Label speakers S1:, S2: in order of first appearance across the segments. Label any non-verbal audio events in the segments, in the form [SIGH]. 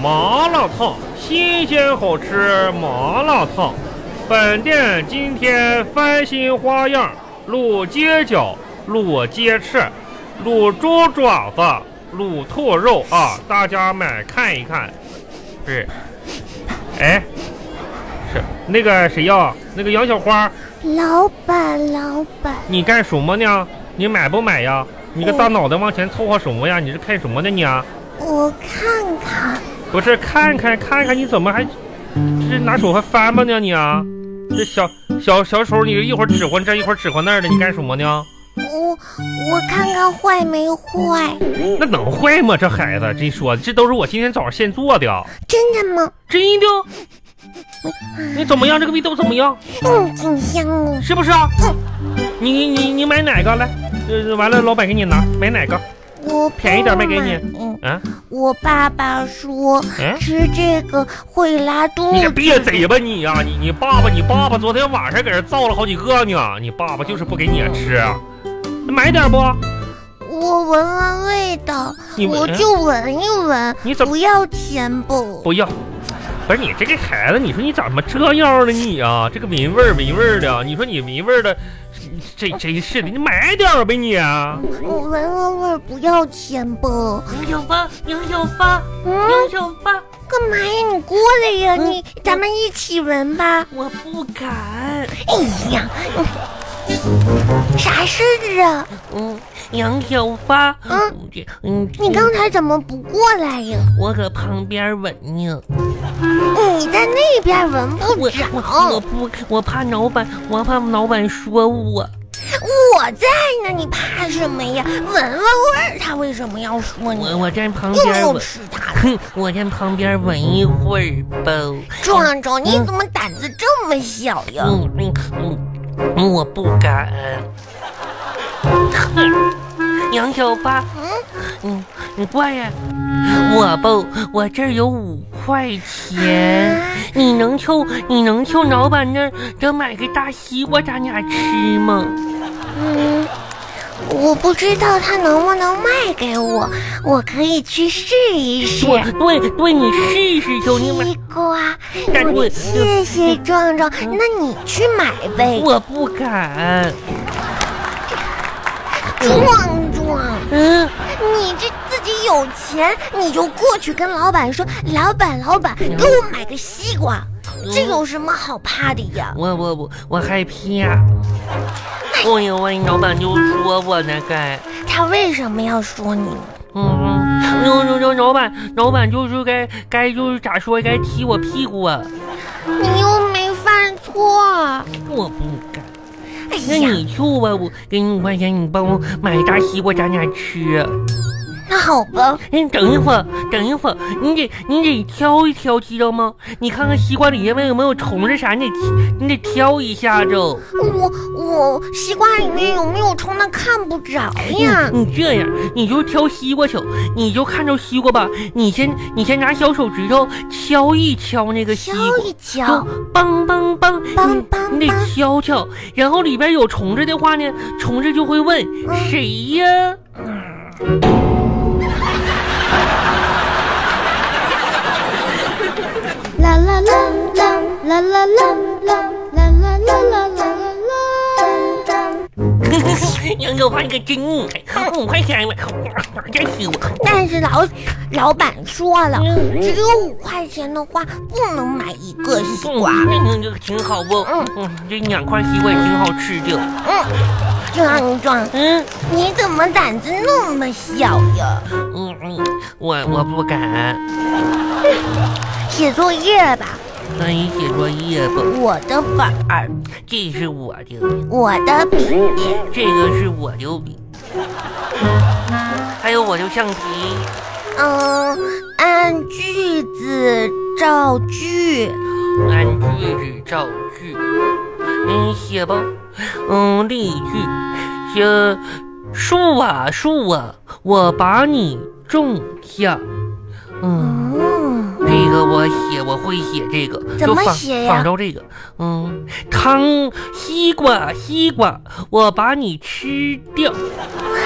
S1: 麻辣烫，新鲜好吃麻辣烫。本店今天翻新花样，卤街角、卤鸡翅、卤猪爪子、卤兔肉啊，大家买看一看。是，哎，是那个谁呀？那个杨小花，
S2: 老板，老板，
S1: 你干什么呢？你买不买呀？你个
S2: 哦
S1: 大脑袋往前凑合什么呀？你是看什么呢你啊？
S2: 我看看，
S1: 不是，看看看看，你怎么还这拿手还翻吧呢你啊？这小小小手，你一会儿指挥这一会儿指挥那儿的，你干什么呢？
S2: 我我看看坏没坏，
S1: 那能坏吗？这孩子，真说这都是我今天早上现做的，
S2: 真的吗？
S1: 真的。你怎么样？这个味道怎么样？
S2: 嗯，挺香哦。
S1: 是不是啊？你你你买哪个来？呃，完了，老板给你拿，买哪个？
S2: 我
S1: 便宜点卖给你
S2: 爸妈。嗯，
S1: 啊？
S2: 我爸爸说
S1: 嗯
S2: 吃这个会拉肚
S1: 你
S2: 子
S1: 这。别贼吧你呀、你你爸爸，你爸爸昨天晚上搁这造了好几个呢，你爸爸就是不给你吃，啊买点不？
S2: 我闻闻味道，
S1: 你闻
S2: 我就闻一闻，
S1: 你怎么
S2: 不要钱不？
S1: 不要？不是你这个孩子，你说你咋么这样呢你啊？这个闻味儿闻味儿的，你说你闻味儿的，这真是的，你买点儿呗你、啊。
S2: 我闻闻味儿，不要钱不？
S3: 杨小发，杨小发，
S2: 嗯，
S3: 杨小发，
S2: 干嘛呀？你过来呀，
S1: 嗯
S2: 你咱们一起闻吧。
S3: 我不敢。
S2: 哎呀，嗯啥事儿啊？
S3: 嗯，杨小发，
S2: 嗯
S3: 这，嗯，
S2: 你刚才怎么不过来呀？
S3: 我搁旁边闻呢，
S2: 你在那边闻
S3: 我
S2: 不
S3: 我
S2: 着，
S3: 我不，我怕老板，我怕老板说我。
S2: 我在呢，你怕什么呀？闻闻味儿，他为什么要说
S3: 我
S2: 你？
S3: 我站旁
S2: 又没
S3: 边
S2: 有
S3: 闻，
S2: 吃他了，
S3: 哼，我站旁边闻一会儿吧。
S2: 壮壮，你怎么胆子这么小呀？
S3: 嗯嗯嗯嗯，我不敢。哼，杨小八，
S2: 嗯，
S3: 嗯，你过来，我不，我这儿有五块钱，你能去你能去老板那儿再买个大西瓜咱俩吃吗？
S2: 嗯，我不知道他能不能卖给我，我可以去试一试。
S3: 我对对，你试试去，你买
S2: 西。瓜，
S3: 但
S2: 我
S3: 我
S2: 谢谢壮壮，那你去买呗。
S3: 我不敢，
S2: 壮壮，
S3: 嗯，
S2: 你这自己有钱，你就过去跟老板说，老板，老板，给我买个西瓜，这有什么好怕的呀？
S3: 我我我我害怕。哎呦喂，老板就说我呢该。
S2: 他为什么要说你？
S3: 嗯，嗯，老老老老板，老板就是该该就是咋说，该踢我屁股啊！
S2: 你又没犯错啊。
S3: 我不敢，
S2: 哎
S3: 那
S2: 呀，
S3: 你去吧，我给你五块钱，你帮我买大西瓜，咱俩吃。
S2: 那好吧，
S3: 嗯，等一会儿，等一会儿，你得你得挑一挑，知道吗？你看看西瓜里面有没有虫子啥，你得你得挑一下子。
S2: 我我西瓜里面有没有虫，那看不着哎呀。
S3: 你嗯这样，你就挑西瓜手，你就看着西瓜吧，你先你先拿小手指头敲一敲那个西
S2: 敲
S3: 瓜。
S2: 一
S3: 就
S2: 敲，
S3: 梆梆梆
S2: 梆
S3: 梆
S2: 梆
S3: 梆，你得
S2: 梆
S3: 敲敲，然后里边有虫子的话呢，虫子就会问
S2: 嗯
S3: 谁呀？ [LAUGHS]
S2: 啦啦啦啦啦啦啦啦啦啦啦啦啦啦。
S3: 杨小花，你可真厉害，五块钱吧，真欺我。
S2: 但是老老板说了，只有五块钱的话，不能买一个西瓜。
S3: 那你这个挺好不？
S2: 嗯
S3: 嗯，这两块西瓜也挺好吃的。
S2: 嗯，壮壮，
S3: 嗯
S2: 你怎么胆子那么小呀？
S3: 嗯嗯，我我不敢。
S2: 写作业吧，
S3: 那你哎写作业吧，
S2: 我的本儿，
S3: 这是我的，
S2: 我的笔，
S3: 这个是我的笔，还有我的橡皮。
S2: 嗯，按句子造句。
S3: 按句子造句，你写吧。嗯，例句写树啊树啊，我把你种下。嗯，
S2: 嗯，
S3: 这个我写，我会写这个，
S2: 怎
S3: 就
S2: 么
S3: 仿
S2: 写呀
S3: 仿照这个。嗯，汤西瓜西瓜，我把你吃掉。
S2: 啊，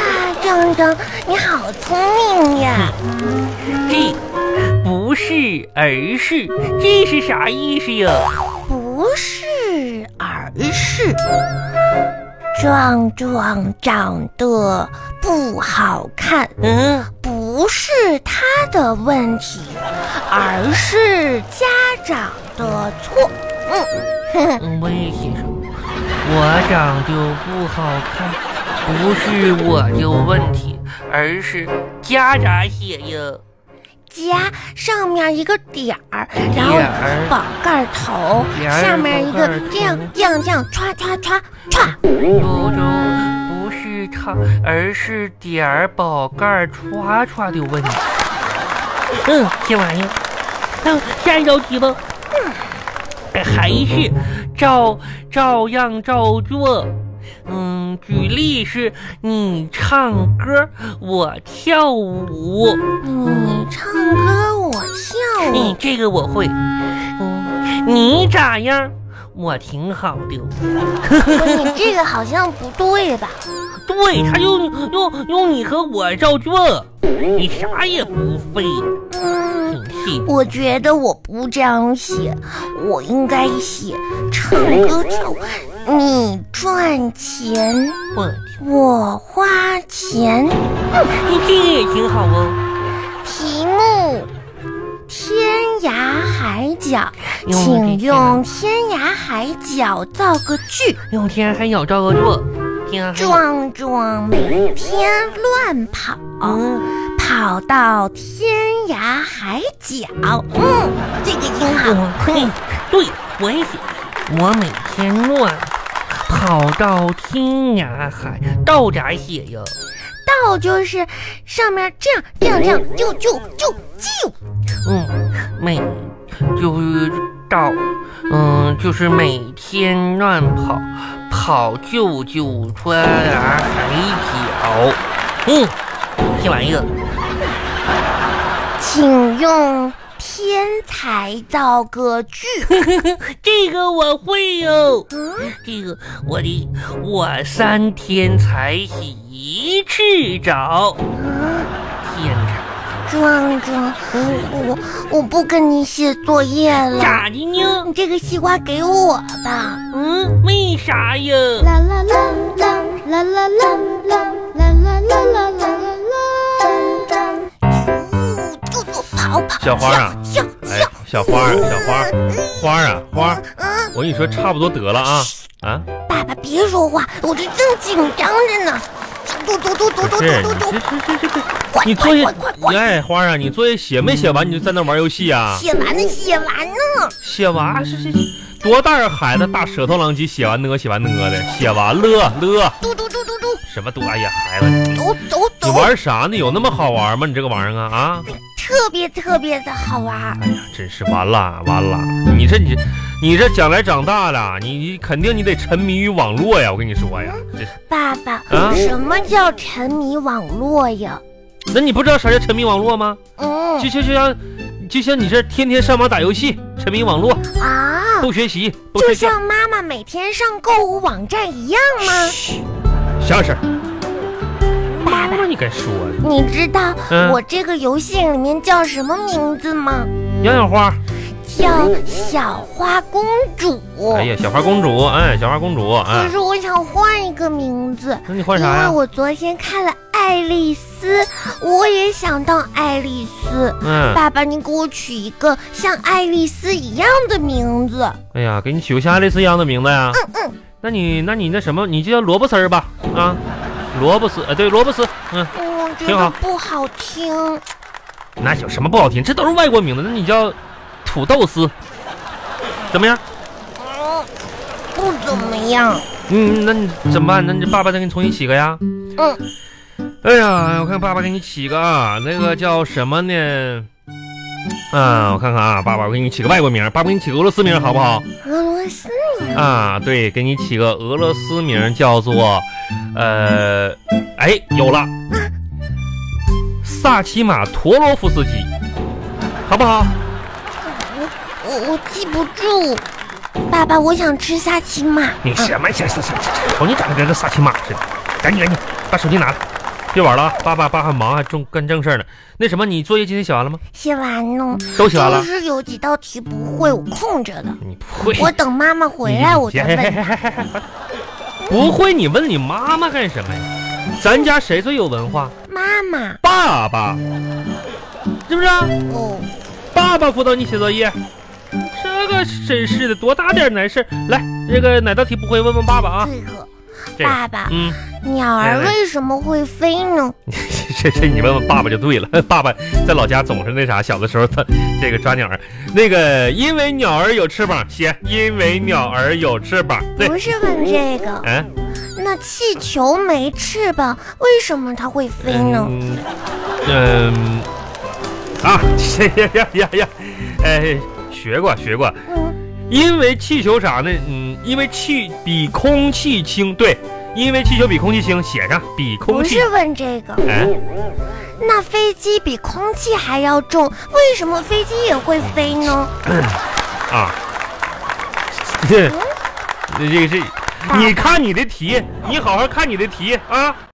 S2: 壮壮，你好聪明呀！
S3: 这个不不是，而是，这是啥意思呀？
S2: 不是，而是壮壮长得不好看，
S3: 嗯，
S2: 不是他的问题，而是家长的错。嗯，
S3: 魏先生，我长得不好看，不是我的问题，而是家长写呀。
S2: 家上面一个点儿，然后
S3: 点儿
S2: 宝盖头，
S3: 点儿
S2: 下面一
S3: 宝
S2: 个
S3: 盖头
S2: 这样这样这样歘歘歘歘，
S3: 周周不是他，而是点儿宝盖儿刷刷的问题。嗯，这玩意儿。那下一道题吧。嗯，还是照照样照做。嗯，举例是你唱歌，我跳舞。
S2: 你唱歌我跳舞。
S3: 嗯，这个我会。嗯，你咋样？我挺好的。
S2: 不是你这个好像不对吧？
S3: 对，他用用用你和我照做，你啥也不会，
S2: 嗯，
S3: 挺气。
S2: 我觉得我不这样写，我应该写唱歌跳舞。你赚钱，
S3: 我
S2: 我花钱。
S3: 你这个也挺好哦。
S2: 题目：天涯海角，
S3: 用
S2: 请
S3: 这个
S2: 用天涯海角造个句。
S3: 用哎天还咬照个做，天还咬
S2: 壮壮每天乱跑，
S3: 嗯，
S2: 跑到天涯海角。嗯，这个挺好。
S3: 我嗯嘿，对我也写，我每天乱跑到天涯海，到咋写呀？
S2: 到就是上面这样这样这样，就就就就，
S3: 嗯，每就是到，嗯，就是每天乱跑，跑舅舅穿啊海角，嗯，这玩意儿， [LAUGHS]
S2: 请用天才造个句。
S3: 这个我会哟、
S2: 嗯，
S3: 这个我的我三天才洗一次澡，
S2: 啊
S3: 天哪，
S2: 壮壮，我我不跟你写作业了，
S3: 咋的呢？
S2: 你这个西瓜给我吧。
S3: 嗯，为啥呀？
S4: 啦啦啦啦啦啦啦啦啦啦啦啦啦啦啦。
S2: 嗯，就就跑跑，
S1: 小花啊
S2: 跳
S1: 哎
S2: 跳，
S1: 小花儿，小花儿，花儿啊，花儿，
S2: 嗯，
S1: 我跟你说差不多得了啊啊！
S2: 爸爸别说话，我这正紧张着呢。嘟嘟嘟嘟
S1: 不
S2: 嘟
S1: 是，
S2: 嘟
S1: 你
S2: 嘟
S1: 这
S2: 嘟，
S1: 这这这这，
S2: 快
S1: 你作
S2: 快
S1: 业
S2: 快快快，
S1: 哎，花儿啊，你作业写没写完？你就在那玩游戏啊？
S2: 写完了写完了。
S1: 写完啊是是是，多大个孩子大舌头狼藉，写完呢写完呢的，写完了了
S2: 嘟嘟嘟嘟嘟，
S1: 什么多？哎呀，孩子，
S2: 走走
S1: 你
S2: 走，
S1: 玩啥呢？有那么好玩吗？你这个玩意儿啊啊！
S2: 特别特别的好玩儿。
S1: 哎呀，真是完了完了！你这你这你这将来长大了，你你肯定你得沉迷于网络呀！我跟你说呀，这
S2: 爸爸，
S1: 啊
S2: 什么叫沉迷网络呀？
S1: 那你不知道啥叫沉迷网络吗？
S2: 嗯
S1: 就就就像就像你这天天上网打游戏，沉迷网络，
S2: 啊，
S1: 不学习，不
S2: 就
S1: 睡觉，
S2: 像妈妈每天上购物网站一样吗？
S1: 啥事儿？
S2: 爸
S1: 那
S2: 爸，
S1: 你该说呀，
S2: 你知道
S1: 嗯
S2: 我这个游戏里面叫什么名字吗？
S1: 养养花。
S2: 叫小花公主。
S1: 哎呀，小花公主，哎，小花公主，
S2: 可
S1: 哎，
S2: 是我想换一个名字，
S1: 那你换
S2: 嗯因
S1: 啥
S2: 为
S1: 呀？
S2: 我昨天看了《爱丽丝》，我也想当爱丽丝。
S1: 嗯，
S2: 爸爸，你给我取一个像爱丽丝一样的名字。嗯
S1: 哎呀，给你取个像爱丽丝一样的名字呀。那你，那你那什么，你就叫萝卜丝儿吧，啊，萝卜丝，呃，对，萝卜丝，嗯，
S2: 嗯，这
S1: 挺好
S2: 个不好听。
S1: 那有什么不好听？这都是外国名字，那你叫土豆丝，怎么样？
S2: 嗯，不怎么样。
S1: 嗯，那你怎么办？那你爸爸再给你重新起个呀。
S2: 嗯，
S1: 哎呀，我看爸爸给你起个啊，那个叫什么呢？啊，我看看啊，爸爸，我给你起个外国名儿，爸爸给你起个俄罗斯名儿好不好？
S2: 俄罗斯
S1: 啊，对，给你起个俄罗斯名儿叫做，呃，哎，有了，萨奇马陀罗夫斯基，好不好？
S2: 我我记不住。爸爸，我想吃沙琪玛。
S1: 你什么意思？瞅你长得跟个萨奇马似的，赶紧赶紧把手机拿来，别玩了啊，爸爸爸很忙，还正干正事儿呢。那什么，你作业今天写完了吗？
S2: 写完呢，
S1: 都写完了
S2: 就。是有几道题不会，我空着的。
S1: 你不会，
S2: 我等妈妈回来我再问。
S1: 问。 [LAUGHS] 不会，你问你妈妈干什么呀？咱家谁最有文化？
S2: 妈妈，
S1: 爸爸，是不是啊？
S2: 哦，
S1: 爸爸辅导你写作业，这个真是的，多大点难事儿来，这个哪道题不会问问爸爸啊？
S2: 对个
S1: 这个
S2: 爸爸，
S1: 嗯，
S2: 鸟
S1: 来
S2: 儿
S1: 来
S2: 为什么会飞呢？
S1: [LAUGHS] 这这你问问爸爸就对了。爸爸在老家总是那啥，小的时候他这个抓鸟儿，那个因为鸟儿有翅膀，写因为鸟儿有翅膀，对，
S2: 不是问这个，
S1: 嗯。
S2: 那气球没翅膀，为什么它会飞呢？
S1: 嗯，嗯啊， [LAUGHS] 呀呀呀呀，哎，学过学过，
S2: 嗯，
S1: 因为气球啥呢？嗯，因为气比空气轻，对，因为气球比空气轻，写上比空
S2: 不
S1: 气
S2: 是。问这个。
S1: 哎，
S2: 那飞机比空气还要重，为什么飞机也会飞呢？
S1: 啊， [LAUGHS] 这这这这，你看你的题，你好好看你的题啊。